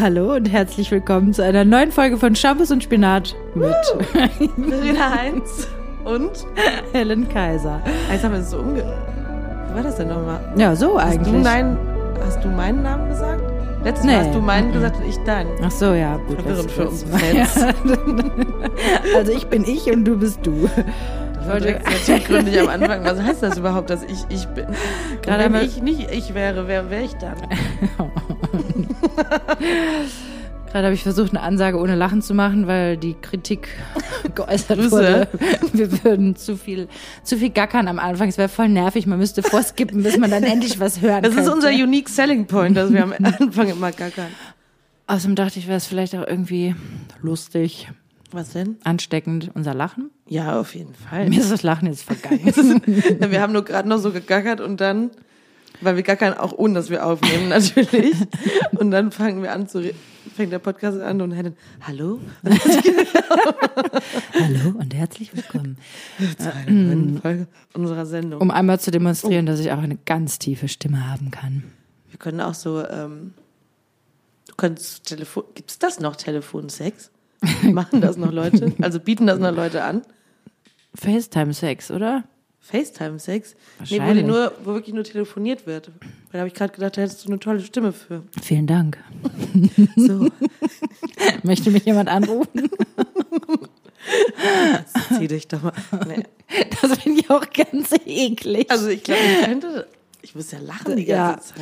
Hallo und herzlich willkommen zu einer neuen Folge von Shampoos und Spinat mit Verena Heinz und Helen Kaiser. Eins haben wir so umge... Wie war das denn nochmal? Ja, so Hast du, eigentlich. mein, hast du meinen Namen gesagt? Letztes Nee. Mal hast du meinen Mhm. gesagt und ich deinen. Ach so, ja, gut. Verwirrend das- für das- uns Fans. also ich bin ich und du bist du. Das war direkt sehr tiefgründig am Anfang. Was heißt das überhaupt, dass ich ich bin? Gerade Gerade haben wir- wenn ich nicht ich wäre, wer wäre ich dann? Gerade habe ich versucht, eine Ansage ohne Lachen zu machen, weil die Kritik geäußert Grüße. wurde. Wir würden zu viel, zu viel gackern am Anfang. Es wäre voll nervig. Man müsste vorskippen, bis man dann endlich was hören Das ist könnte. unser unique selling point, dass wir am Anfang immer gackern. Außerdem dachte ich, wäre es vielleicht auch irgendwie lustig, Was denn? ansteckend, unser Lachen. Ja, auf jeden Fall. Mir ist das Lachen jetzt vergangen. wir haben nur gerade noch so gegackert und dann, weil wir gackern auch ohne, dass wir aufnehmen natürlich. Und dann fangen wir an zu re- fängt der Podcast an und Helen, hallo? Hallo und herzlich willkommen. Zu einer neuen Folge unserer Sendung. Mm. Um einmal zu demonstrieren, dass ich auch eine ganz tiefe Stimme haben kann. Wir können auch so, ähm, du kannst Telefon, gibt's das noch Telefonsex? Machen das noch Leute? Also bieten das noch Leute an? FaceTime-Sex, oder? FaceTime-Sex? Nee, wo, die Wahrscheinlich. nur, wo wirklich nur telefoniert wird. Weil da habe ich gerade gedacht, da hättest du eine tolle Stimme für. Vielen Dank. So, Möchte mich jemand anrufen? zieh dich doch mal. Nee. Das finde ich auch ganz eklig. Also ich glaube, ich könnte. Ich muss ja lachen die ganze Zeit.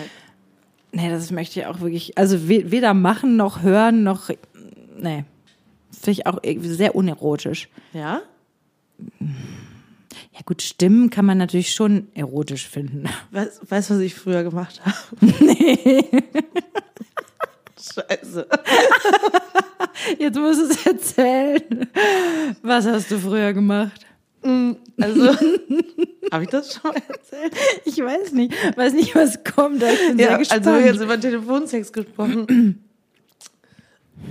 nee, das möchte ich auch wirklich, also we weder machen noch hören noch, nee. Finde ich auch irgendwie sehr unerotisch. Ja? Ja gut, Stimmen kann man natürlich schon erotisch finden. Weißt du, was ich früher gemacht habe? Nee. Scheiße. Jetzt musst du es erzählen. Was hast du früher gemacht? Also, habe ich das schon mal erzählt? Ich weiß nicht, weiß nicht, was kommt. aber Ich bin sehr Ja, gespannt. also jetzt über Telefonsex gesprochen.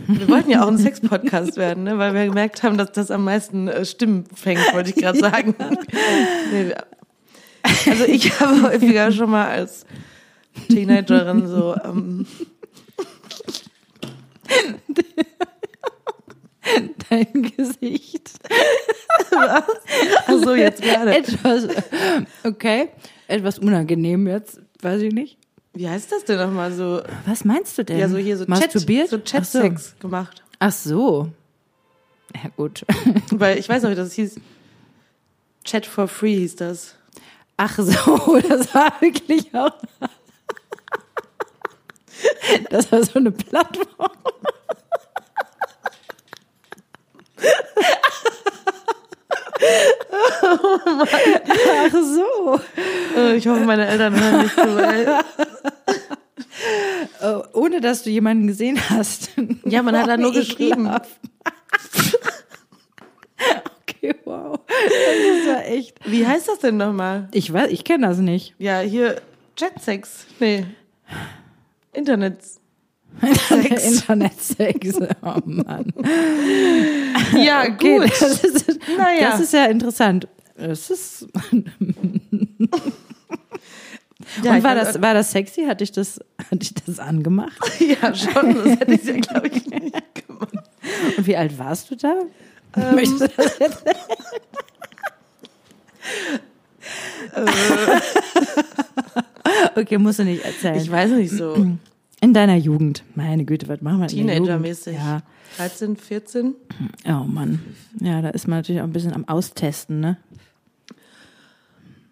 Wir wollten ja auch ein Sex-Podcast werden, ne? weil wir gemerkt haben, dass das am meisten äh, Stimmen fängt, wollte ich gerade sagen. Nee, wir- also ich habe häufiger schon mal als Teenagerin so ähm, dein Gesicht. Also, so jetzt gerade. Etwas, okay, etwas unangenehm jetzt, weiß ich nicht. Wie heißt das denn nochmal so? Was meinst du denn? Ja, so hier so Chat, Ähm, Masturbiert? so Ach so. Chat-Sex gemacht. Ach so. Ja, gut. Weil ich weiß noch, dass es hieß Chat for Free hieß das. Ach so, das war wirklich auch. Das war so eine Plattform. Ach so. Äh, Ich hoffe, meine Eltern hören nicht zu. Weil Äh, ohne dass du jemanden gesehen hast. ja, man hat da nur Ekelhaft. geschrieben. Okay, wow. Das ist ja echt. Wie heißt das denn nochmal? Ich weiß, ich kenne das nicht. Ja, hier Chat-Sex. Nee. Internet. Internetsex. Oh Mann. Ja, Okay, gut. Das ist, Naja. das ist ja interessant. Es ist, ja, und war ich- das, war das sexy? Hatte ich das, hatte ich das angemacht? Ja, schon. Das hätte ich ja, glaube ich, nicht gemacht. Und wie alt warst du da? Ähm. Möchtest du das jetzt? okay, musst du nicht erzählen. Ich weiß nicht so. in deiner Jugend. Meine Güte, was machen wir in der Jugend? Teenager-mäßig. Ja. 13, 14. Oh Mann. Ja, da ist man natürlich auch ein bisschen am Austesten, ne?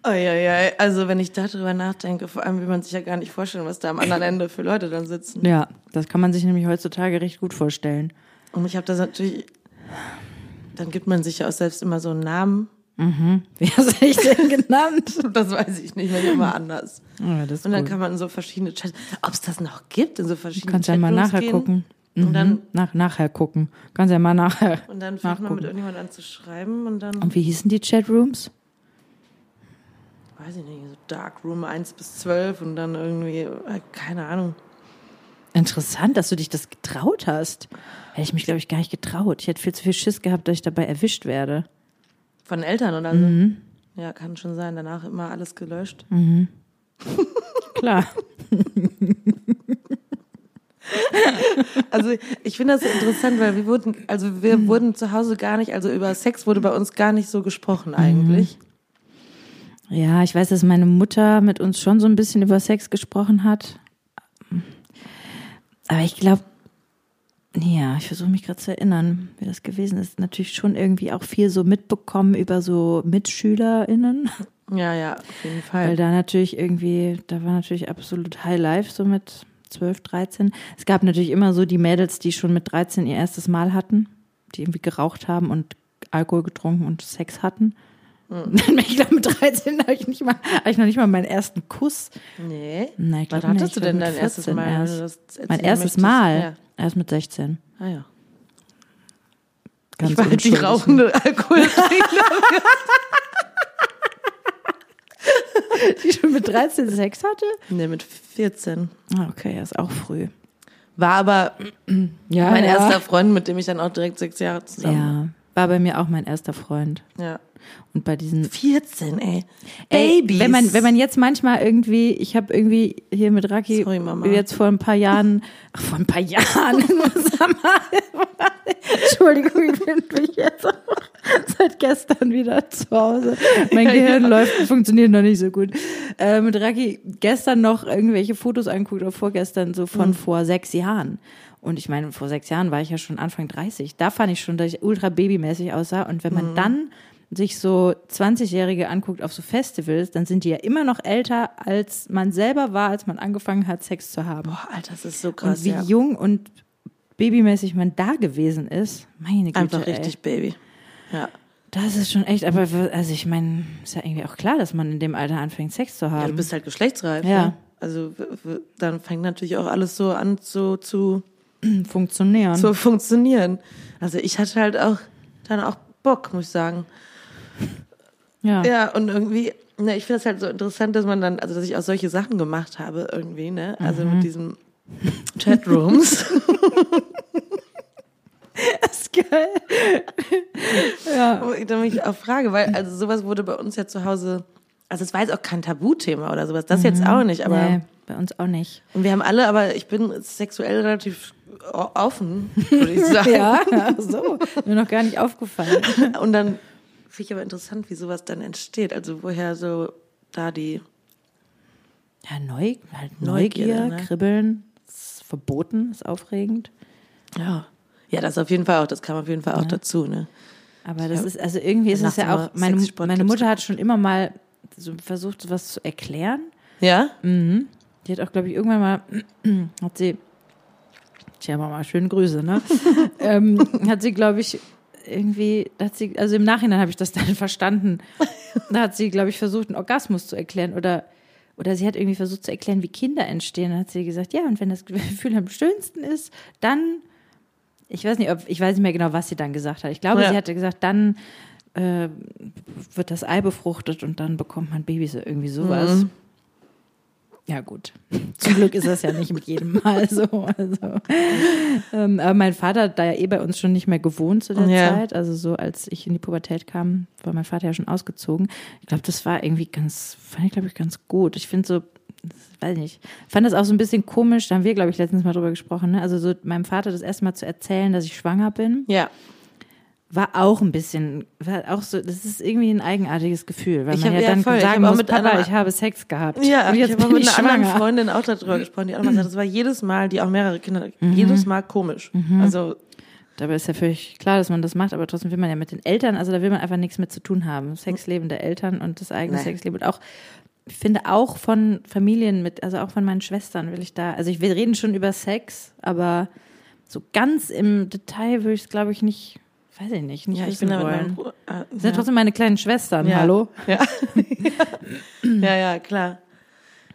Eieiei, also wenn ich darüber nachdenke, vor allem will man sich ja gar nicht vorstellen, was da am anderen Ende für Leute dann sitzen. Ja, das kann man sich nämlich heutzutage recht gut vorstellen. Und ich habe das natürlich, dann gibt man sich ja auch selbst immer so einen Namen. Wie hast du dich denn genannt? Das weiß ich nicht mehr, immer anders. Ja, das ist Und dann gut. kann man in so verschiedene Chats, ob es das noch gibt, in so verschiedene Kannst ja mal Chatrooms nachher gehen. gucken. Mhm. Und dann, Nach, nachher gucken. Kannst ja mal nachher. und dann fängt man mit irgendjemand an zu schreiben und dann, Und wie hießen die Chatrooms? weiß ich nicht, so Dark Room 1 bis 12 und dann irgendwie, äh, keine Ahnung. Interessant, dass du dich das getraut hast. Hätte ich mich, glaube ich, gar nicht getraut. Ich hätte viel zu viel Schiss gehabt, dass ich dabei erwischt werde. Von Eltern oder so. Mhm. Ja, kann schon sein. Danach immer alles gelöscht. Klar. Also ich finde das interessant, weil wir wurden, also wir Mhm. wurden zu Hause gar nicht, also über Sex wurde bei uns gar nicht so gesprochen eigentlich. Ja, ich weiß, dass meine Mutter mit uns schon so ein bisschen über Sex gesprochen hat. Aber ich glaube, ja, ich versuche mich gerade zu erinnern, wie das gewesen ist. Natürlich schon irgendwie auch viel so mitbekommen über so MitschülerInnen. Ja, ja, auf jeden Mhm. Weil Fall. da natürlich irgendwie, da war natürlich absolut High Life, so mit 12, 13. Es gab natürlich immer so die Mädels, die schon mit 13 ihr erstes Mal hatten, die irgendwie geraucht haben und Alkohol getrunken und Sex hatten. Hm. Ich glaube, mit 13 habe ich, nicht mal, hab ich noch nicht mal meinen ersten Kuss. Nee. Nein, ich Wann glaub nicht. hattest du Ich glaub, denn mit dein erstes 14 Mal? wenn erst. du das erzählen Mein erstes möchtest? Mal. Erst mit 16. Ja. Ah, ja. Ganz ich war halt die unschuldig. rauchende Alkoholtrinkerin. Die schon mit 13 Sex hatte? nee, mit 14. Ah, Okay, das ist auch früh. War aber Ja, mein erster Freund, mit dem ich dann auch direkt sechs Jahre zusammen Ja, war bei mir auch mein erster Freund. war. Ja. Und bei diesen 14, ey. Ey, Babys. Wenn man, wenn man jetzt manchmal irgendwie, ich habe irgendwie hier mit Raki Sorry, Mama. jetzt vor ein paar Jahren, ach, vor ein paar Jahren, sag mal, Entschuldigung, ich bin mich jetzt auch seit gestern wieder zu Hause. Mein Gehirn läuft, funktioniert noch nicht so gut. Äh, mit Raki gestern noch irgendwelche Fotos anguckt oder vorgestern so Mhm. von vor sechs Jahren. Und ich meine, vor sechs Jahren war ich ja schon Anfang 30. Da fand ich schon, dass ich ultra babymäßig aussah. Und wenn man Mhm. dann sich so 20-Jährige anguckt auf so Festivals, dann sind die ja immer noch älter, als man selber war, als man angefangen hat, Sex zu haben. Boah, Alter, das ist so krass. und wie Oh ja. jung und babymäßig man da gewesen ist, meine Güte. Einfach ey. richtig Baby. Ja. Das ist schon echt, aber w- also ich meine, ist ja irgendwie auch klar, dass man in dem Alter anfängt, Sex zu ja, du haben. bist halt geschlechtsreif. Ja. Ne? Also w- w- dann fängt natürlich auch alles so an so, zu, Funktionieren. zu funktionieren. Also ich hatte halt auch dann auch Bock, muss ich sagen. ja. Ja, und irgendwie, ne, ich finde das halt so interessant, dass man dann, also dass ich auch solche Sachen gemacht habe irgendwie, ne? Also Mhm. mit diesen Chatrooms. Das ist geil. ja. Wo ich dann mich auch frage, weil also sowas wurde bei uns ja zu Hause, also es war jetzt auch kein Tabuthema oder sowas, das jetzt auch nicht, aber Mhm. nee, bei uns auch nicht. und wir haben alle, aber ich bin sexuell relativ o- offen, würde ich sagen. ach so. Mir noch gar nicht aufgefallen. Und dann finde ich aber interessant, wie sowas dann entsteht, also woher so da die Ja, Neu, halt Neugier, Neugierde, ne? Kribbeln, ist verboten, ist aufregend. ja. Ja, das auf jeden Fall auch, das kam auf jeden Fall auch dazu, ne? Aber das ist, also irgendwie ist es Nachts ja immer auch, meine, Sexsport meine gibt's Mutter hat schon immer mal so versucht, was zu erklären. Ja? Mhm. Die hat auch, glaube ich, irgendwann mal, hat sie, tja, Mama, schöne Grüße, ne? ähm, hat sie, glaube ich, irgendwie, hat sie, also im Nachhinein habe ich das dann verstanden. Da hat sie, glaube ich, versucht, einen Orgasmus zu erklären oder, oder sie hat irgendwie versucht zu erklären, wie Kinder entstehen. Dann hat sie gesagt, ja, und wenn das Gefühl am schönsten ist, dann, ich weiß nicht, ob, ich weiß nicht mehr genau, was sie dann gesagt hat. Ich glaube, Ja. sie hatte gesagt, dann äh, wird das Ei befruchtet und dann bekommt man Babys oder irgendwie sowas. Ja, gut. Zum Glück ist das ja nicht mit jedem Mal so. Also. Ähm, aber mein Vater hat da ja eh bei uns schon nicht mehr gewohnt zu der Ja. Zeit. Also so als ich in die Pubertät kam, war mein Vater ja schon ausgezogen. Ich glaube, das war irgendwie ganz, fand ich, glaube ich, ganz gut. Ich finde so, weiß nicht, fand das auch so ein bisschen komisch, da haben wir, glaube ich, letztens mal drüber gesprochen, ne? Also so meinem Vater das erste Mal zu erzählen, dass ich schwanger bin, Ja. war auch ein bisschen, war auch so, das ist irgendwie ein eigenartiges Gefühl, weil Ich man ja hab- ja, dann voll. Ich sagen hab auch muss, mit Papa, einer- ich habe Sex gehabt. Ja, und ich jetzt habe bin mit ich einer anderen schwanger. Mhm. Freundin auch darüber gesprochen, die auch mal sagt, das war jedes Mal, die auch mehrere Kinder, hat, jedes Mal komisch. Mhm. Also Dabei ist ja völlig klar, dass man das macht, aber trotzdem will man ja mit den Eltern, also da will man einfach nichts mit zu tun haben. Sexleben der Eltern und das eigene Nee. Sexleben. Und auch, ich finde auch von Familien mit, also auch von meinen Schwestern will ich da, also ich, wir reden schon über Sex, aber so ganz im Detail würde ich es, glaube ich, nicht, weiß ich nicht, nicht ja, ich wissen bin da mit meinem wollen. Bruder. Ah, Das sind ja trotzdem meine kleinen Schwestern, hallo? Ja. ja, ja, klar.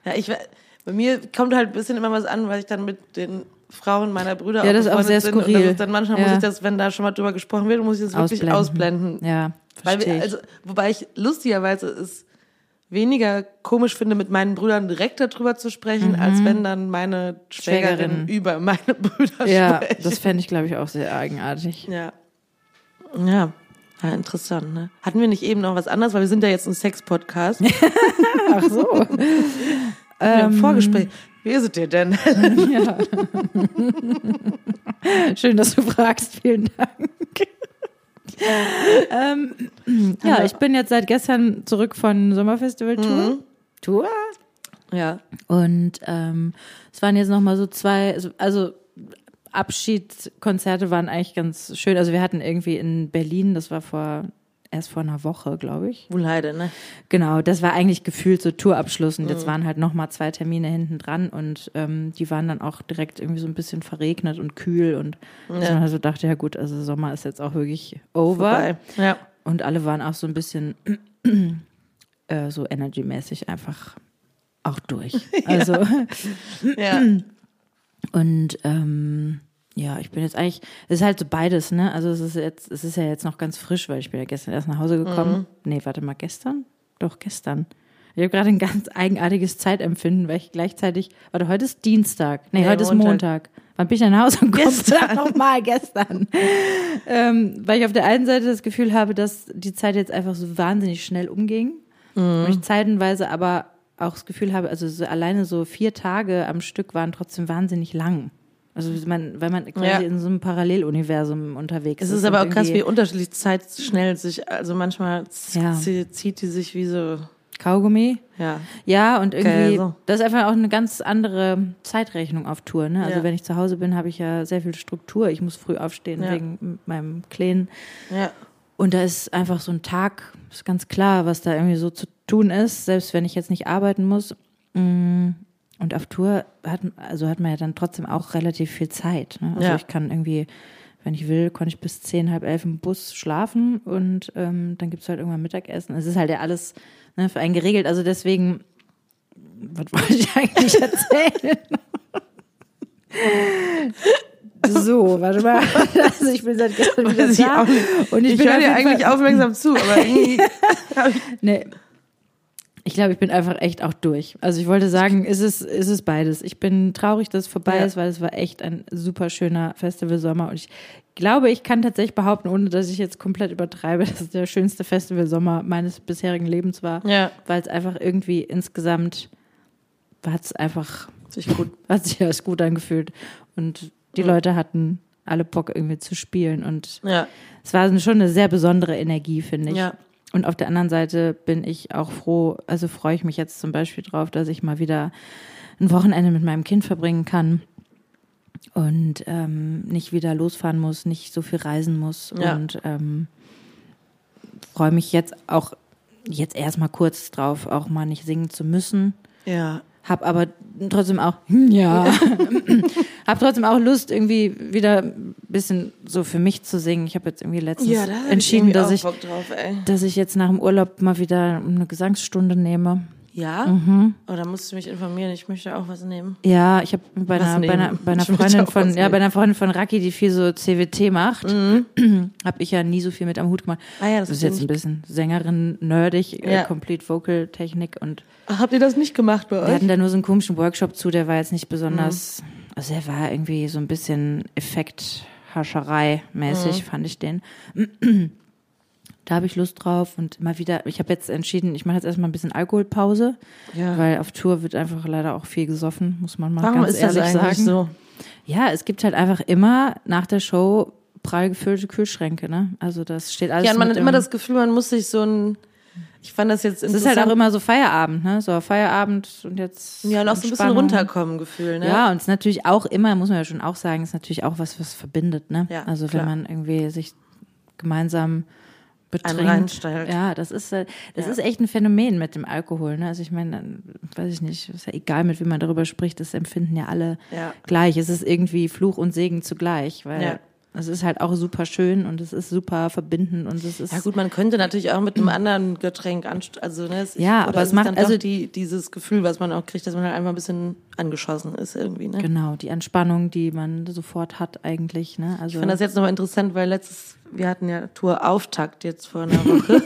Ja, ich, we- bei mir kommt halt ein bisschen immer was an, weil ich dann mit den Frauen meiner Brüder Ja, das ist auch befreundet sehr bin. Und skurril. das ist dann manchmal muss Ja. ich das, wenn da schon mal drüber gesprochen wird, muss ich das wirklich ausblenden. Ja, Weil verstehe wir, ich. also, wobei ich lustigerweise es weniger komisch finde, mit meinen Brüdern direkt darüber zu sprechen, als wenn dann meine Mhm. Schwägerin, Schwägerin. über meine Brüder ja, spricht. das fände ich, glaube ich, auch sehr eigenartig. Ja. ja. Ja, interessant, ne? Hatten wir nicht eben noch was anderes, weil wir sind ja jetzt ein Sex-Podcast. Ach so. Ähm, Hatten wir im Vorgespräch. Wir Wie ist es dir denn? Ja. Schön, dass du fragst. Vielen Dank. ähm, ja, ich bin jetzt seit gestern zurück von Sommerfestival-Tour. Mhm. Tour. ja. Und ähm, es waren jetzt nochmal so zwei, also Abschiedskonzerte waren eigentlich ganz schön. Also wir hatten irgendwie in Berlin, das war vor erst vor einer Woche, glaube ich. Wohl leider, ne? Genau, das war eigentlich gefühlt so Tourabschluss und jetzt waren halt nochmal zwei Termine hinten dran und ähm, die waren dann auch direkt irgendwie so ein bisschen verregnet und kühl und dass man also dachte, ja gut, also Sommer ist jetzt auch wirklich over. Vorbei. Ja. Und alle waren auch so ein bisschen äh, so energymäßig einfach auch durch. Also ja. und ähm, ja, ich bin jetzt eigentlich, es ist halt so beides, ne? Also es ist jetzt, es ist ja jetzt noch ganz frisch, weil ich bin ja gestern erst nach Hause gekommen. Nee, warte mal, gestern? Doch, gestern. Ich habe gerade ein ganz eigenartiges Zeitempfinden, weil ich gleichzeitig, warte, heute ist Dienstag. Nee, Nee, heute ist Montag. Montag. Wann bin ich denn nach Hause gekommen? Gestern. Nochmal gestern. ähm, weil ich auf der einen Seite das Gefühl habe, dass die Zeit jetzt einfach so wahnsinnig schnell umging. Und Mhm. ich zeitenweise aber auch das Gefühl habe, also so alleine so vier Tage am Stück waren trotzdem wahnsinnig lang. Also man, weil man quasi Ja. in so einem Paralleluniversum unterwegs Es ist. ist aber und auch krass, irgendwie wie unterschiedlich Zeit schnell sich, also manchmal z- Ja. z- zieht die sich wie so, Kaugummi. ja. Ja, und irgendwie, Geil, so. das ist einfach auch eine ganz andere Zeitrechnung auf Tour. Ne? Also Ja. wenn ich zu Hause bin, habe ich ja sehr viel Struktur. Ich muss früh aufstehen Ja. wegen m- meinem Kleinen. Ja. Und da ist einfach so ein Tag, ist ganz klar, was da irgendwie so zu tun ist, selbst wenn ich jetzt nicht arbeiten muss. Mm, Und auf Tour hat, also hat man ja dann trotzdem auch relativ viel Zeit. Ne? Also Ja. ich kann irgendwie, wenn ich will, konnte ich bis zehn, halb elf im Bus schlafen und ähm, dann gibt's halt irgendwann Mittagessen. Es ist halt ja alles ne, für einen geregelt. Also deswegen, was wollte ich eigentlich erzählen? so, warte mal. Also ich bin seit gestern wieder Weiß ich da. auch nicht. Und ich, Ich, bin höre auf dir jeden eigentlich Fall, aufmerksam zu, aber irgendwie hab ich- Nee. Ich glaube, ich bin einfach echt auch durch. Also ich wollte sagen, ist es, ist es beides. Ich bin traurig, dass es vorbei Ja. ist, weil es war echt ein super schöner Festivalsommer. Und ich glaube, ich kann tatsächlich behaupten, ohne dass ich jetzt komplett übertreibe, dass es der schönste Festivalsommer meines bisherigen Lebens war. Ja. Weil es einfach irgendwie insgesamt hat es einfach, sich gut. hat sich alles gut angefühlt. Und die Leute hatten alle Bock irgendwie zu spielen und Ja. es war schon eine sehr besondere Energie, finde ich. Ja. Und auf der anderen Seite bin ich auch froh, also freue ich mich jetzt zum Beispiel drauf, dass ich mal wieder ein Wochenende mit meinem Kind verbringen kann und ähm, nicht wieder losfahren muss, nicht so viel reisen muss Ja. und ähm, freue mich jetzt auch jetzt erstmal kurz drauf, auch mal nicht singen zu müssen. Ja. Hab aber trotzdem auch, hm, ja, hab trotzdem auch Lust, irgendwie wieder ein bisschen so für mich zu singen. Ich habe jetzt irgendwie letztens Ja, da hab entschieden, irgendwie dass auch ich, Bock drauf, ey. dass ich jetzt nach dem Urlaub mal wieder eine Gesangsstunde nehme. Ja? Mhm. Oh, da musst du mich informieren, ich möchte auch was nehmen. Ja, ich habe bei Was einer, bei einer, nehmen? bei einer Ich möchte Freundin auch von, was ja, nehmen. bei einer Freundin von Raki, die viel so CWT macht, habe ich ja nie so viel mit am Hut gemacht. Ah ja, das ist jetzt ein Mhm. bisschen stimmt. Sängerin, nerdig, äh, Ja. Complete Vocal Technik und Ach, habt ihr das nicht gemacht bei Wir euch? hatten da nur so einen komischen Workshop zu, der war jetzt nicht besonders, Mhm. also der war irgendwie so ein bisschen Mhm. Effekthascherei-mäßig, fand ich den. Da habe ich Lust drauf und mal wieder, ich habe jetzt entschieden, ich mache jetzt erstmal ein bisschen Alkoholpause, Ja. weil auf Tour wird einfach leider auch viel gesoffen, muss man mal Warum ganz ist das ehrlich eigentlich sagen. so? Ja, es gibt halt einfach immer nach der Show prall gefüllte Kühlschränke, ne? Also das steht alles Ja, und man mit hat immer im- das Gefühl, man muss sich so ein. Ich fand das jetzt es interessant. ist halt auch immer so Feierabend, ne? So Feierabend und jetzt ja, und auch so ein bisschen Entspannung. runterkommen Gefühl, ne? Ja, und es ist natürlich auch immer, muss man ja schon auch sagen, ist natürlich auch was, was verbindet, ne? Ja, also klar. wenn man irgendwie sich gemeinsam betrinkt. reinsteigt. Ja, das ist äh, das Ja. ist echt ein Phänomen mit dem Alkohol, ne? Also ich meine, dann, weiß ich nicht, ist ja egal, mit wem man darüber spricht, das empfinden ja alle Ja. gleich. Es ist irgendwie Fluch und Segen zugleich, weil Ja. es ist halt auch super schön und es ist super verbindend und es ist Ja gut, man könnte natürlich auch mit einem anderen Getränk anst also ne, es, Ja, oder aber es ist macht- dann also- doch die dieses Gefühl, was man auch kriegt, dass man halt einfach ein bisschen angeschossen ist irgendwie, ne? genau die Entspannung, die man sofort hat eigentlich, ne? Also Ich fand das jetzt nochmal interessant, weil letztes wir hatten ja Tourauftakt jetzt vor einer Woche.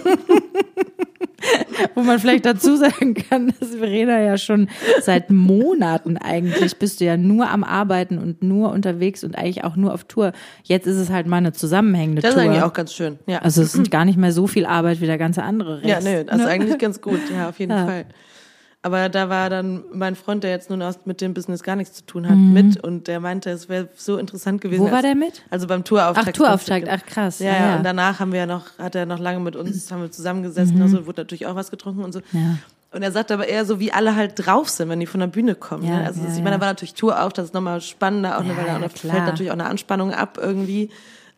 Wo man vielleicht dazu sagen kann, dass Verena ja schon seit Monaten eigentlich bist du ja nur am Arbeiten und nur unterwegs und eigentlich auch nur auf Tour. Jetzt ist es halt mal eine zusammenhängende Das ist Tour. eigentlich auch Mhm. ganz schön. Ja, also Ne? es sind gar nicht mehr so viel Arbeit wie der ganze andere Rest. also ja nee, das ist eigentlich ganz gut, ja, auf jeden Fall. Aber da war dann mein Freund, der jetzt nun aus, mit dem Business gar nichts zu tun hat, mit und der meinte, es wäre so interessant gewesen. Mhm. Wo war als- der mit? Also beim Tourauftakt. Ach, Tourauftakt, ach krass. Ah, Ja, ja, ne? und danach haben wir ja noch, hat er noch lange mit uns, haben wir zusammengesessen, also wurde natürlich auch was getrunken und so. Mhm. Ja. Und er sagt aber eher so, wie alle halt drauf sind, wenn die von der Bühne kommen. Ja, ne? Also ja, ich ja. meine, da war natürlich Tour auch, das ist nochmal spannender, auch ne, Ja, weil da auch ja, noch, klar. fällt natürlich auch eine Anspannung ab irgendwie.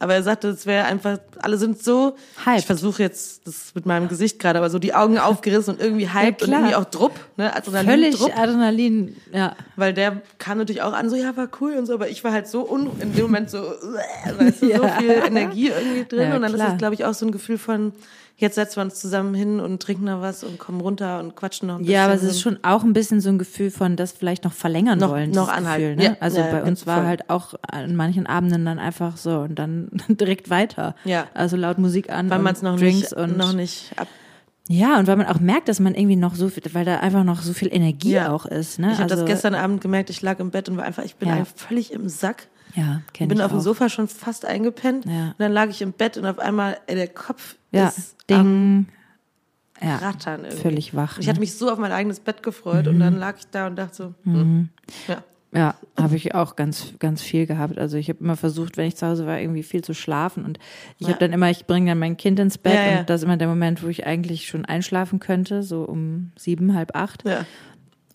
Aber er sagte, es wäre einfach, alle sind so, Hyped. ich versuche jetzt das mit meinem Gesicht gerade, aber so die Augen aufgerissen und irgendwie hyped und klar. irgendwie auch drupp, ne? Völlig Adrenalin-Drupp. Adrenalin, ja. Weil der kam natürlich auch an, so, ja, war cool und so, aber ich war halt so un in dem Moment so, äh, weißt du, so Ja. viel Energie irgendwie drin. Ja, und dann ist klar. es, glaube ich, auch so ein Gefühl von, jetzt setzen wir uns zusammen hin und trinken da was und kommen runter und quatschen noch ein bisschen. Ja, aber es So. ist schon auch ein bisschen so ein Gefühl von, das vielleicht noch verlängern Noch- wollen. noch dieses anhalten, Gefühl, ne? ja. Also Ja, ja, bei uns war voll. halt auch an manchen Abenden dann einfach so und dann direkt weiter. Ja. Also laut Musik an weil und man es noch Drinks nicht, und noch nicht ab. ja und weil man auch merkt, dass man irgendwie noch so viel, weil da einfach noch so viel Energie Ja. auch ist. Ne? Ich habe also, das gestern Abend gemerkt, ich lag im Bett und war einfach, ich bin Ja. einfach völlig im Sack. Ja, kenn bin ich auf dem auch. Sofa schon fast eingepennt. Ja. Und dann lag ich im Bett und auf einmal, ey, der Kopf Ja, ist am Ding. Ja, Rattern irgendwie. völlig Mhm. wach. ne? Und Ähm, Ich hatte mich so auf mein eigenes Bett gefreut und dann lag ich da und dachte so, Mhm. hm. ja. Ja, habe ich auch ganz, ganz viel gehabt. Also ich habe immer versucht, wenn ich zu Hause war, irgendwie viel zu schlafen. Und ich Ja. habe dann immer, ich bringe dann mein Kind ins Bett Ja, ja. und das ist immer der Moment, wo ich eigentlich schon einschlafen könnte, so um sieben, halb acht. ja.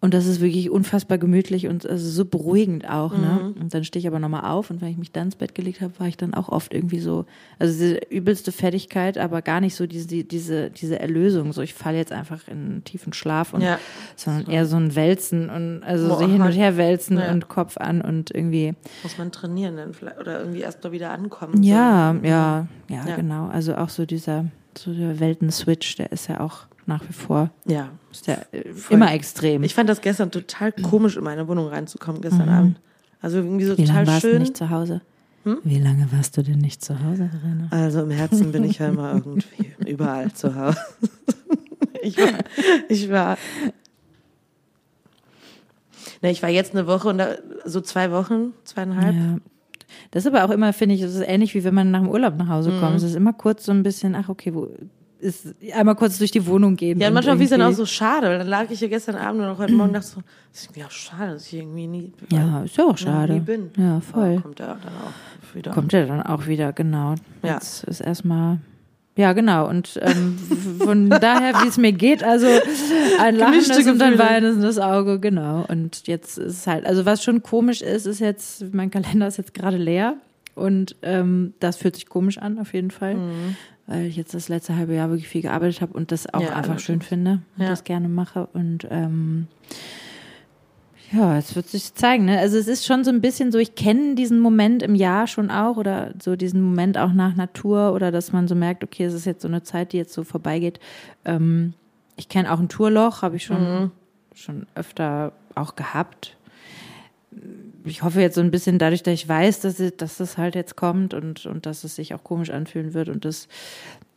Und das ist wirklich unfassbar gemütlich und also so beruhigend auch. Ne? Mhm. Und dann stehe ich aber nochmal auf und wenn ich mich dann ins Bett gelegt habe, war ich dann auch oft irgendwie so, also diese übelste Fettigkeit, aber gar nicht so diese, die- diese, diese Erlösung. So, ich falle jetzt einfach in einen tiefen Schlaf und Ja. sondern eher so ein Wälzen und also Boah, so hin Mann. und her wälzen Ja. und Kopf an und irgendwie. Muss man trainieren dann vielleicht oder irgendwie erst mal wieder ankommen. Ja, ja, ja, Mhm. Ja. genau. Also auch so dieser, so der Welten-Switch, der ist ja auch nach wie vor So. Ja. ist der, äh, immer extrem. Ich fand das gestern total Mhm. komisch, in meine Wohnung reinzukommen gestern Abend. Also irgendwie so Wie total lange warst du schön. Hm? nicht zu Hause? Wie lange warst du denn nicht zu Hause, Verena? Also im Herzen bin ich ja immer irgendwie überall zu Hause. Ich war, ich war, ne, ich war jetzt eine Woche und da, so zwei Wochen, zweieinhalb. Ja. Das ist aber auch immer, finde ich, das ist ähnlich wie wenn man nach dem Urlaub nach Hause Hm. kommt. Es ist immer kurz so ein bisschen, ach okay, wo ist einmal kurz durch die Wohnung gehen. Ja, und und manchmal wie es dann auch irgendwie- so schade, weil dann lag ich hier gestern Abend und auch heute Morgen dachte so, das ist ja schade, dass ich irgendwie nie, Ja, ist ja auch schade. nie bin. Ja, Aber voll. kommt ja dann auch wieder. Kommt ja dann auch wieder, genau. Ja. Jetzt ist erstmal. Ja, genau. Und ähm, von daher, wie es mir geht, also ein lachendes Gemischte und ein Gefühle. weinendes Auge, genau. Und jetzt ist es halt, also was schon komisch ist, ist jetzt, mein Kalender ist jetzt gerade leer. Und ähm, das fühlt sich komisch an, auf jeden Mhm. Fall. Weil ich jetzt das letzte halbe Jahr wirklich viel gearbeitet habe und das auch Ja, einfach allerdings. schön finde und Ja. das gerne mache. Und ähm, ja, es wird sich zeigen. Ne? Also es ist schon so ein bisschen so, ich kenne diesen Moment im Jahr schon auch oder so diesen Moment auch nach Natur oder dass man so merkt, okay, es ist jetzt so eine Zeit, die jetzt so vorbeigeht. Ähm, ich kenne auch ein Tourloch, habe ich Mhm. schon, schon öfter auch gehabt. Ich hoffe jetzt so ein bisschen dadurch, dass ich weiß, dass, es- dass das halt jetzt kommt und, und dass es sich auch komisch anfühlen wird und das,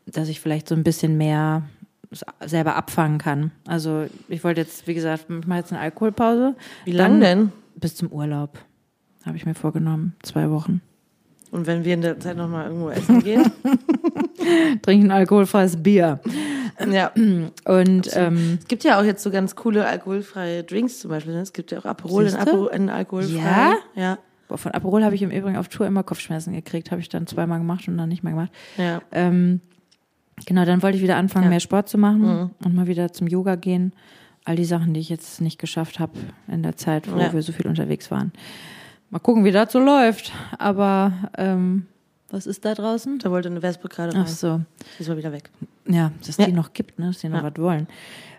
dass ich vielleicht so ein bisschen mehr s- selber abfangen kann. Also ich wollte jetzt, wie gesagt, ich mache jetzt eine Alkoholpause. Wie lang Dann- denn? bis zum Urlaub. Habe ich mir vorgenommen. Zwei Wochen. Und wenn wir in der Zeit nochmal irgendwo essen gehen? Trinken alkoholfreies Bier. ja. Und ähm, Es gibt ja auch jetzt so ganz coole alkoholfreie Drinks zum Beispiel. Ne? Es gibt ja auch Aperol in, Siehste? Aperol in alkoholfrei. Ja? Ja. boah, von Aperol habe ich im Übrigen auf Tour immer Kopfschmerzen gekriegt. Habe ich dann zweimal gemacht und dann nicht mehr gemacht. ja. Ähm, genau, dann wollte ich wieder anfangen, Ja. Mhm. mehr Sport zu machen und mal wieder zum Yoga gehen. All die Sachen, die ich jetzt nicht geschafft habe in der Zeit, wo Ja. wir so viel unterwegs waren. Mal gucken, wie das so läuft. Aber ähm, was ist da draußen? Da wollte eine Wespe gerade rein. Ach so. Die ist mal wieder weg. Ja, dass Ja. die noch gibt, ne? dass die noch Ja. was wollen.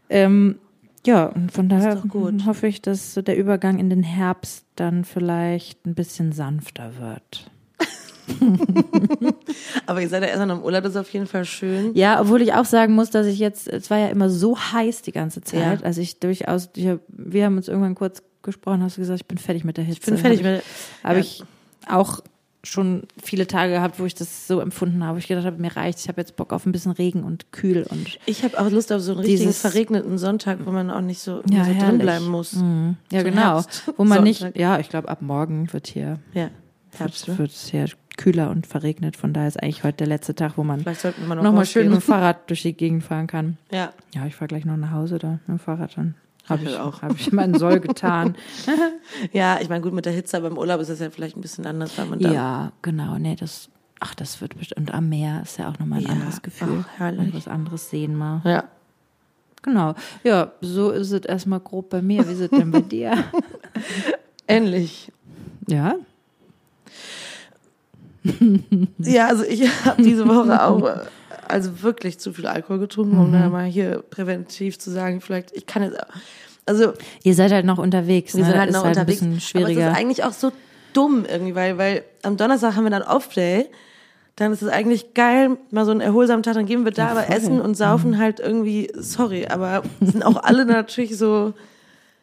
Ähm, ja, und von daher doch gut. hoffe ich, dass so der Übergang in den Herbst dann vielleicht ein bisschen sanfter wird. Aber ihr seid ja erst noch im Urlaub, das ist auf jeden Fall schön. Ja, obwohl ich auch sagen muss, dass ich jetzt, es war ja immer so heiß die ganze Zeit. Ja. Also ich durchaus, ich hab, wir haben uns irgendwann kurz gesprochen, hast du gesagt, ich bin fertig mit der Hitze. Ich bin fertig Hab mit. ich, Habe ja. ich auch schon viele Tage gehabt, wo ich das so empfunden habe. wo Ich gedacht habe, mir reicht, ich habe jetzt Bock auf ein bisschen Regen und kühl und Ich habe auch Lust auf so einen richtigen Dieses- verregneten Sonntag, wo man auch nicht so, Ja, so drin herrlich. bleiben muss. Ja, Zum genau. Herbst. Wo man nicht, Sonntag. ja, ich glaube, ab morgen wird hier, Ja, Herbst. wird, Ne? wird es hier kühler und verregnet. Von daher ist eigentlich heute der letzte Tag, wo man Vielleicht sollten wir mal noch nochmal schön rausgehen. mit dem Fahrrad durch die Gegend fahren kann. Ja, Ja, ich fahre gleich noch nach Hause da mit dem Fahrrad dann. Habe Ja, ich, auch. hab ich meinen Soll getan. Ja, ich meine, gut, mit der Hitze, aber im Urlaub ist das ja vielleicht ein bisschen anders, weil man da. ja, genau. Nee, das, ach, das wird bestimmt. Und am Meer ist ja auch nochmal ein Ja, anderes Gefühl. ach, herrlich. und was anderes sehen mal. ja. Genau. Ja, so ist es erstmal grob bei mir. Wie ist es denn bei dir? Ähnlich. Ja. Ja, also ich habe diese Woche auch äh, also wirklich zu viel Alkohol getrunken, Mhm. um dann mal hier präventiv zu sagen, vielleicht, ich kann jetzt. auch- Also Ihr seid halt noch unterwegs. wir ne? sind halt ist noch halt unterwegs. ein bisschen Aber schwieriger. es ist eigentlich auch so dumm irgendwie, weil, weil am Donnerstag haben wir dann Off-Day. Dann ist es eigentlich geil, mal so einen erholsamen Tag, dann gehen wir da, Ja, aber voll. Mhm. essen und saufen halt irgendwie, sorry, aber sind auch alle natürlich so,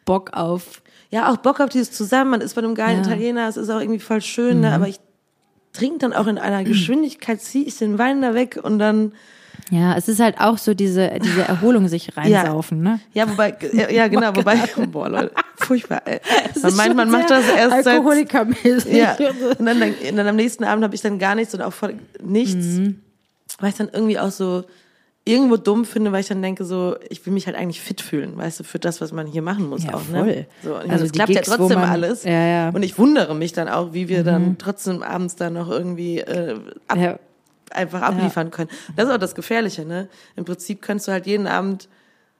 Bock auf. ja, auch Bock auf dieses Zusammen, man ist bei einem Ja. geilen Mhm. Italiener, es ist auch irgendwie voll schön, ne? aber ich trinke dann auch in einer Geschwindigkeit, ziehe ich den Wein da weg und dann, Ja, es ist halt auch so diese, diese Erholung sich reinsaufen, ne? ja, wobei, ja, ja genau, wobei, boah, Leute, furchtbar, ey. Man ist meint, schon man macht sehr das erst seit Alkoholikermäßig. Ja. Und dann, dann, und dann am nächsten Abend habe ich dann gar nichts und auch voll nichts, Mhm. weil ich dann irgendwie auch so irgendwo dumm finde, weil ich dann denke so, ich will mich halt eigentlich fit fühlen, weißt du, für das, was man hier machen muss Ja, auch, voll. ne? So, und ich meine, Also es die klappt Gigs, ja wo trotzdem man- alles. Ja, Mhm. ja. Und ich wundere mich dann auch, wie wir dann trotzdem abends dann noch irgendwie äh, ab, Ja. einfach abliefern können. Das ist auch das Gefährliche, ne? Im Prinzip kannst du halt jeden Abend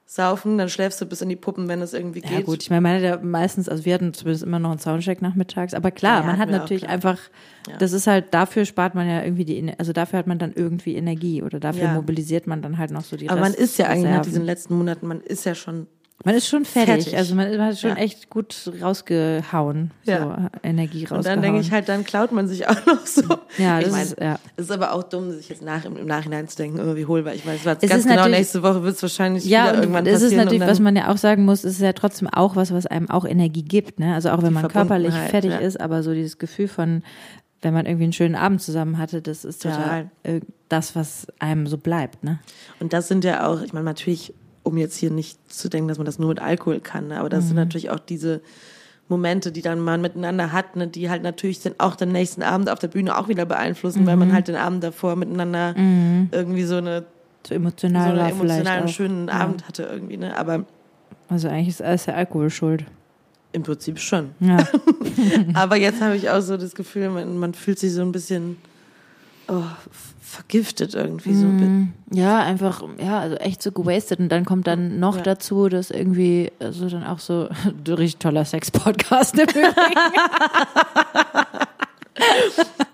saufen, dann schläfst du bis in die Puppen, wenn es irgendwie geht. Ja gut, ich meine, man hat ja meistens, also wir hatten zumindest immer noch einen Soundcheck nachmittags, aber klar, Ja, man hatten hat wir auch, natürlich klar. einfach, das ist halt, dafür spart man ja irgendwie die, Ener- also dafür hat man dann irgendwie Energie oder dafür Ja. mobilisiert man dann halt noch so die Aber man Rest- ist ja eigentlich nach Reserven. diesen letzten Monaten, man ist ja schon Man ist schon fertig, fertig. also man ist- man hat schon Ja. echt gut rausgehauen, Ja. so Energie rausgehauen. Und dann denke ich halt, dann klaut man sich auch noch so. Ja, ich das meine, ist- ja. es ist aber auch dumm, sich jetzt nach, im, im Nachhinein zu denken, irgendwie hohl, weil ich meine, es war Es ganz ist genau natürlich- nächste Woche wird es wahrscheinlich ja, wieder und irgendwann es ist passieren. natürlich, und was dann, man ja auch sagen muss, es ist ja trotzdem auch was, was einem auch Energie gibt, ne? Also auch wenn man körperlich Verbundenheit, fertig ja. ist, aber so dieses Gefühl von, wenn man irgendwie einen schönen Abend zusammen hatte, das ist total äh, das, was einem so bleibt, ne? und das sind ja auch, ich meine, natürlich, um jetzt hier nicht zu denken, dass man das nur mit Alkohol kann, ne, aber das Mhm. sind natürlich auch diese Momente, die dann man miteinander hat, ne, die halt natürlich dann auch den nächsten Abend auf der Bühne auch wieder beeinflussen, weil Mhm. man halt den Abend davor miteinander irgendwie so eine, So so emotional einen war emotionalen, Mhm. vielleicht. Auch. schönen Abend hatte irgendwie, ne, aber Also eigentlich ist alles der Alkohol schuld. im Prinzip schon. Ja. Aber jetzt habe ich auch so das Gefühl, man, man fühlt sich so ein bisschen oh, f- vergiftet irgendwie Mhm. so. ein bi- Ja, einfach, ja, also echt so gewastet. Und dann kommt dann noch Ja. dazu, dass irgendwie so also dann auch so richtig toller Sex-Podcast ne? im Übrigen.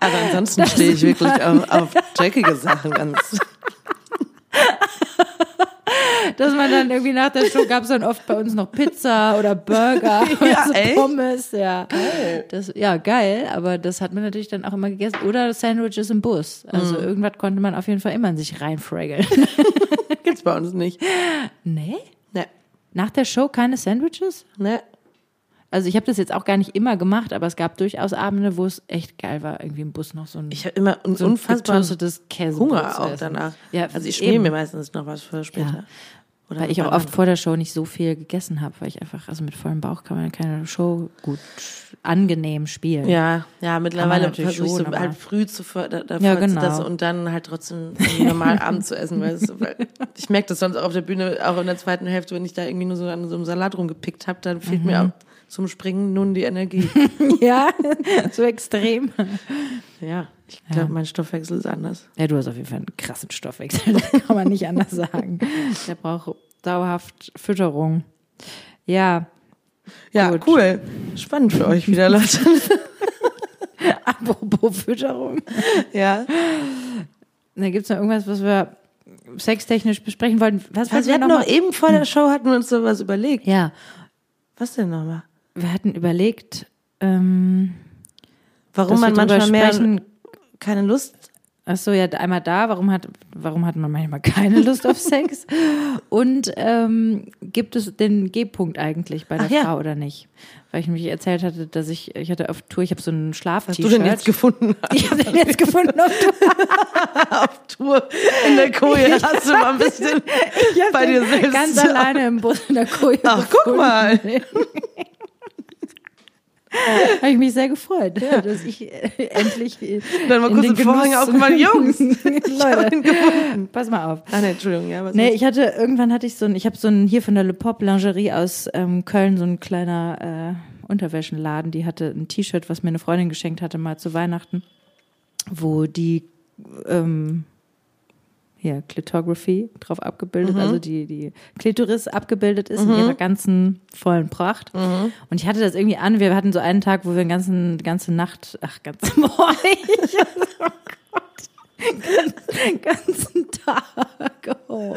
Aber ansonsten stehe ich wirklich auf, auf dreckige Sachen ganz. dass man dann irgendwie nach der Show gab es dann oft bei uns noch Pizza oder Burger Ja, oder so echt? Pommes, ja. Das, ja, geil, aber das hat man natürlich dann auch immer gegessen. Oder Sandwiches im Bus. Also Mhm. irgendwas konnte man auf jeden Fall immer in sich reinfraggeln. Gibt's bei uns nicht. nee? Ne, Nach der Show keine Sandwiches? ne. Also ich habe das jetzt auch gar nicht immer gemacht, aber es gab durchaus Abende, wo es echt geil war, irgendwie im Bus noch so ein, Ich habe immer un so ein unfassbar getoastetes Käsebrot Hunger zu auch essen. danach. Ja, also ich eben. schmier mir meistens noch was für später. Ja. Oder Weil ich auch irgendwann oft vor der Show nicht so viel gegessen habe, weil ich einfach, also mit vollem Bauch kann man keine Show gut angenehm dann. spielen. Ja, ja, mittlerweile natürlich versuche ich so schon, aber- halt früh zu ver- da- davor Ja, zu- genau. das und dann halt trotzdem irgendwie normal Abend zu essen, weißt du, weil ich merke das sonst auch auf der Bühne, auch in der zweiten Hälfte, wenn ich da irgendwie nur so an so einem Salat rumgepickt habe, dann fehlt mir Mhm. auch zum Springen nun die Energie. Ja, so extrem. Ja, ich glaube, mein Stoffwechsel ist anders. Ja, du hast auf jeden Fall einen krassen Stoffwechsel, das kann man nicht anders sagen. Der braucht dauerhaft Fütterung. Ja, Ja, Gut. cool. Spannend für euch wieder, Leute. apropos Fütterung. ja. Da gibt's noch irgendwas, was wir sextechnisch besprechen wollten. Was Also wollten wir hatten noch noch mal- Hm. eben vor der Show hatten wir uns so was überlegt. Ja, Was denn nochmal? wir hatten überlegt, ähm, Warum man dass wir drüber manchmal mehr sprechen, keine Lust Ach so, ja, einmal da, warum hat, warum hat man manchmal keine Lust auf Sex? Und ähm, gibt es den G-Punkt eigentlich bei der Ach ja. Frau oder nicht? Weil ich nämlich erzählt hatte, dass ich, ich hatte auf Tour, ich habe so einen schlaf hast du denn jetzt gefunden Ich habe den jetzt gefunden auf Tour. auf Tour in der Koje hast du mal ein bisschen Ich hab bei dir den selbst. Ganz alleine im Bus in der Koje. Ach, guck mal. gefunden. Habe ich mich sehr gefreut, dass ich äh, endlich äh, Dann mal in kurz den den Vorhang Genuss- aufgemacht. Jungs, Leute, den gefunden. pass mal auf. Ah, nee, Entschuldigung, ja. Was Nee, ist- ich hatte, irgendwann hatte ich so ein, ich habe so ein, hier von der Le Pop Lingerie aus ähm, Köln, so ein kleiner äh, Unterwäschenladen, die hatte ein T-Shirt, was mir eine Freundin geschenkt hatte, mal zu Weihnachten, wo die, ähm, hier, Clitography drauf abgebildet, Mhm. also die, die Klitoris abgebildet ist in ihrer ganzen vollen Pracht. Mhm. Und ich hatte das irgendwie an, wir hatten so einen Tag, wo wir den ganzen, ganze Nacht, ach, ganze Morgen, den ganzen Tag. Oh,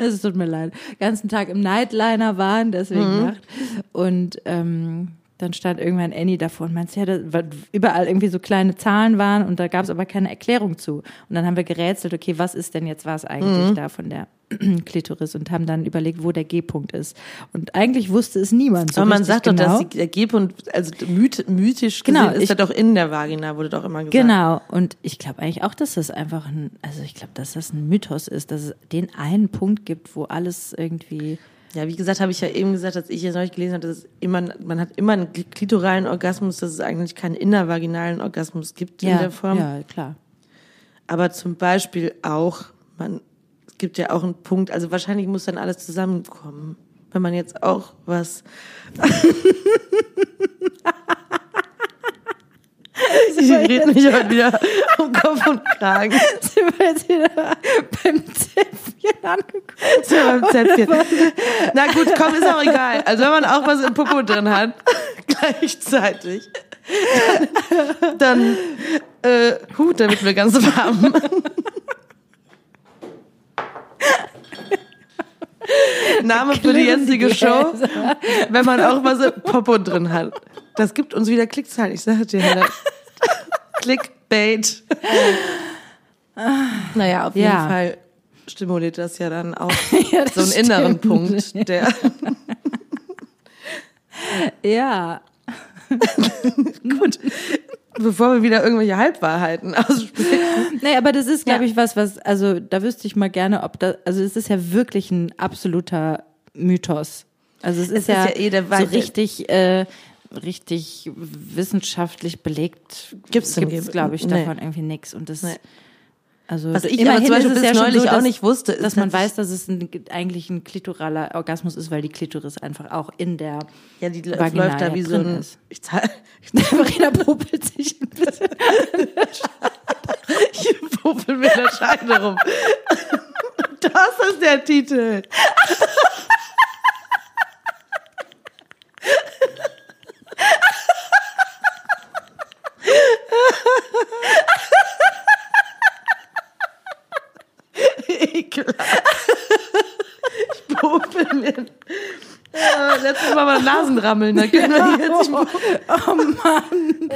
es tut mir leid. Den ganzen Tag im Nightliner waren, deswegen Mhm. Nacht. Und ähm, dann stand irgendwann Annie davor und meinte, ja, da, weil überall irgendwie so kleine Zahlen waren und da gab es aber keine Erklärung zu. Und dann haben wir gerätselt, okay, was ist denn jetzt was Mhm. eigentlich da von der Klitoris und haben dann überlegt, wo der G-Punkt ist. Und eigentlich wusste es niemand so Aber man richtig sagt genau. doch, dass die, der G-Punkt, also myth, mythisch Genau, gesehen, ist ich- ja doch in der Vagina, wurde doch immer gesagt. Genau, und ich glaube eigentlich auch, dass das einfach ein, also ich glaube, dass das ein Mythos ist, dass es den einen Punkt gibt, wo alles irgendwie. Ja, wie gesagt, habe ich ja eben gesagt, dass ich jetzt neulich gelesen habe, dass es immer, man hat immer einen klitoralen Orgasmus, dass es eigentlich keinen innervaginalen Orgasmus gibt in der Form. ja, klar. Aber zum Beispiel auch, man, es gibt ja auch einen Punkt, also wahrscheinlich muss dann alles zusammenkommen. Wenn man jetzt auch was. Sie redet mich heute wieder um Kopf und Kragen. Sind wir jetzt wieder beim Zäpfchen angekommen? zu meinem Zäpfchen. Na gut, komm, ist auch egal. Also wenn man auch was im Popo drin hat, gleichzeitig, dann, dann äh, huh, dann wird mir ganz warm. Name für die Klirren die jetzige Show, Gläser. wenn man auch was im Popo drin hat. Das gibt uns wieder Klickzahlen, ich sage dir, Hella. Clickbait. Naja, auf Ja. jeden Fall stimuliert das ja dann auch Ja, das so einen inneren stimmt. Punkt, der Ja. bevor wir wieder irgendwelche Halbwahrheiten aussprechen. Nee, aber das ist, glaube Ja. ich, was, was, also da wüsste ich mal gerne, ob das, also es ist ja wirklich ein absoluter Mythos. Also es ist, ja, ja eh der so Wahnsinn. richtig, äh, richtig wissenschaftlich belegt. Gibt's denn gibt's gebe- glaube ich, nee. davon irgendwie nichts. Und das, Nee. also Was ich immerhin aber zum ist Beispiel es bis ja schon neulich so, auch dass- nicht wusste, ist halt dass man tatsächlich- weiß, dass es ein, eigentlich ein klitoraler Orgasmus ist, weil die Klitoris einfach auch in der Ja, die Vagina läuft da ja wie so drin ein. ist. Ich zahl- Verena popelt sich ein bisschen. Ich puffel mir der Scheide rum. Das ist der Titel. Ekelhaft. Ich puffel mir. Äh, letztes Mal war Nasenrammeln, da können wir jetzt nicht Oh,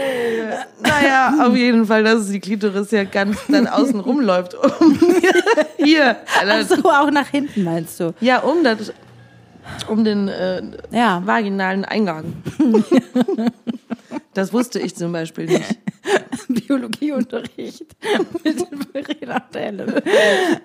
naja, auf jeden Fall, dass die Klitoris ja ganz dann außen rumläuft. Um hier. Alter. So auch nach hinten meinst du? Ja, um das, um den äh, Ja. vaginalen Eingang. Das wusste ich zum Beispiel nicht. Biologieunterricht mit Verena und Helen.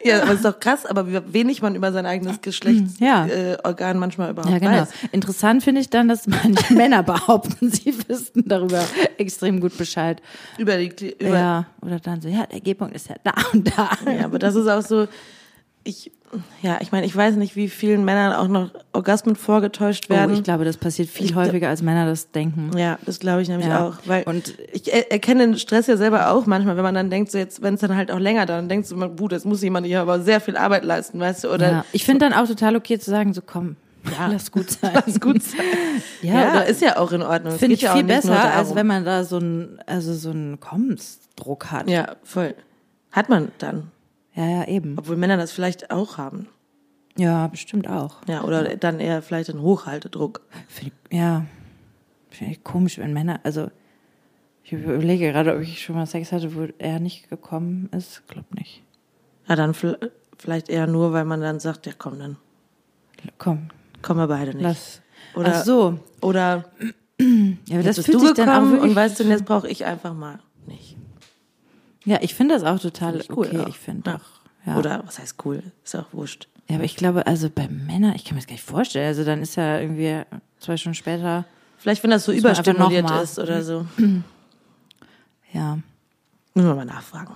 Ja, aber ist doch krass, aber wie wenig man über sein eigenes Geschlechtsorgan Ja. äh, Organ manchmal überhaupt Ja, genau. weiß. Interessant finde ich dann, dass manche Männer behaupten, sie wüssten darüber extrem gut Bescheid. Über die, Kli- über, ja, oder dann so, ja, der G-Punkt ist ja da und da. Ja, aber das ist auch so, ich, ja, ich meine, ich weiß nicht, wie vielen Männern auch noch Orgasmen vorgetäuscht Oh, werden. ich glaube, das passiert viel häufiger, als Männer das denken. Ja, das glaube ich nämlich Ja. auch. Weil Und- und ich er erkenne den Stress ja selber auch manchmal, wenn man dann denkt, so jetzt, wenn es dann halt auch länger dauert, dann denkst du immer, gut, jetzt muss jemand hier aber sehr viel Arbeit leisten, weißt du, oder Ja. Ich finde dann auch total okay zu sagen, so komm, lass gut sein. lass gut sein. Ja, Ja, oder oder ist ja auch in Ordnung. Es finde geht ich ja auch viel nicht nur besser, als darum. wenn man da so einen, also so einen Kommensdruck hat. Ja, voll. Hat man dann. ja, ja eben. Obwohl Männer das vielleicht auch haben. Ja, bestimmt auch. Ja, oder dann eher vielleicht einen Hochhaltedruck. Find ich, ja, finde ich komisch, wenn Männer, also ich überlege gerade, ob ich schon mal Sex hatte, wo er nicht gekommen ist. Glaub nicht. Ja, dann vl- vielleicht eher nur, weil man dann sagt, ja komm, dann Komm, kommen wir beide nicht. lass. Oder- Ach so. Oder Ja, aber jetzt das bist fühlt du sich dann auch gekommen wirklich, und weißt du, jetzt brauche ich einfach mal nicht. Ja, ich finde das auch total Ist cool, okay. ja. Ich finde Ja. auch. Ja. Oder was heißt cool? Ist auch wurscht. ja, aber ich glaube, also bei Männern, ich kann mir das gar nicht vorstellen. Also dann ist ja irgendwie zwei Stunden später Vielleicht, wenn das so Müssen wir einfach überstimuliert noch mal. ist oder so. Ja. Müssen wir mal nachfragen.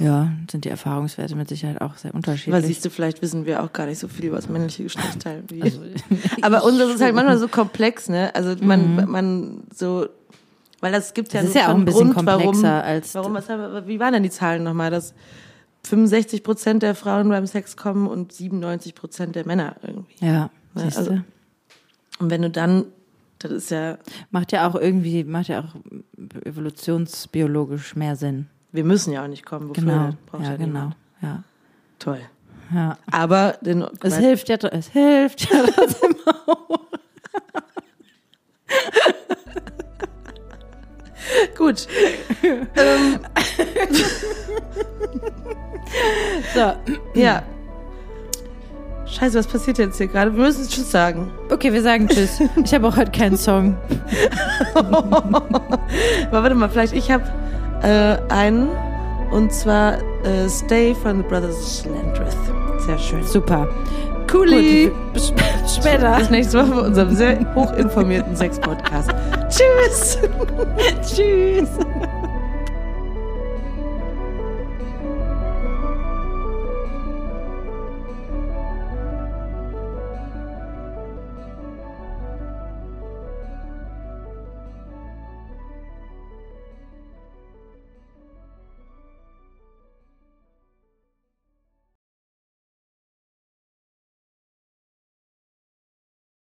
Ja, sind die Erfahrungswerte mit Sicherheit auch sehr unterschiedlich. Weil siehst du, vielleicht wissen wir auch gar nicht so viel über das männliche Geschlechtsteil. Wie. Also, Aber unseres ist halt manchmal so komplex, ne? Also man, man so, weil das gibt ja, Mhm. Das ist ja schon auch ein bisschen Grund, komplexer warum, als- Warum, was haben wir, wie waren denn die Zahlen nochmal? Dass 65 Prozent der Frauen beim Sex kommen und 97 Prozent der Männer irgendwie. ja, Ja, siehst du. also- Und wenn du dann, das ist ja, macht ja auch irgendwie, macht ja auch evolutionsbiologisch mehr Sinn. wir müssen ja auch nicht kommen, wofür Genau. das braucht Ja, ja genau. niemand. Ja. Toll. ja. Aber den, Es hilft ja, es hilft ja. gut. So. Ja. Scheiße, was passiert jetzt hier gerade? Wir müssen Tschüss sagen. Okay, wir sagen Tschüss. Ich habe auch heute keinen Song. Aber warte mal, vielleicht ich habe äh, einen und zwar äh, Stay von The Brothers Slandreth. Sehr schön. Super. Cooli. Gut, bis sp- später. Bis nächste Woche bei unserem sehr hochinformierten Sex-Podcast. Tschüss. Tschüss.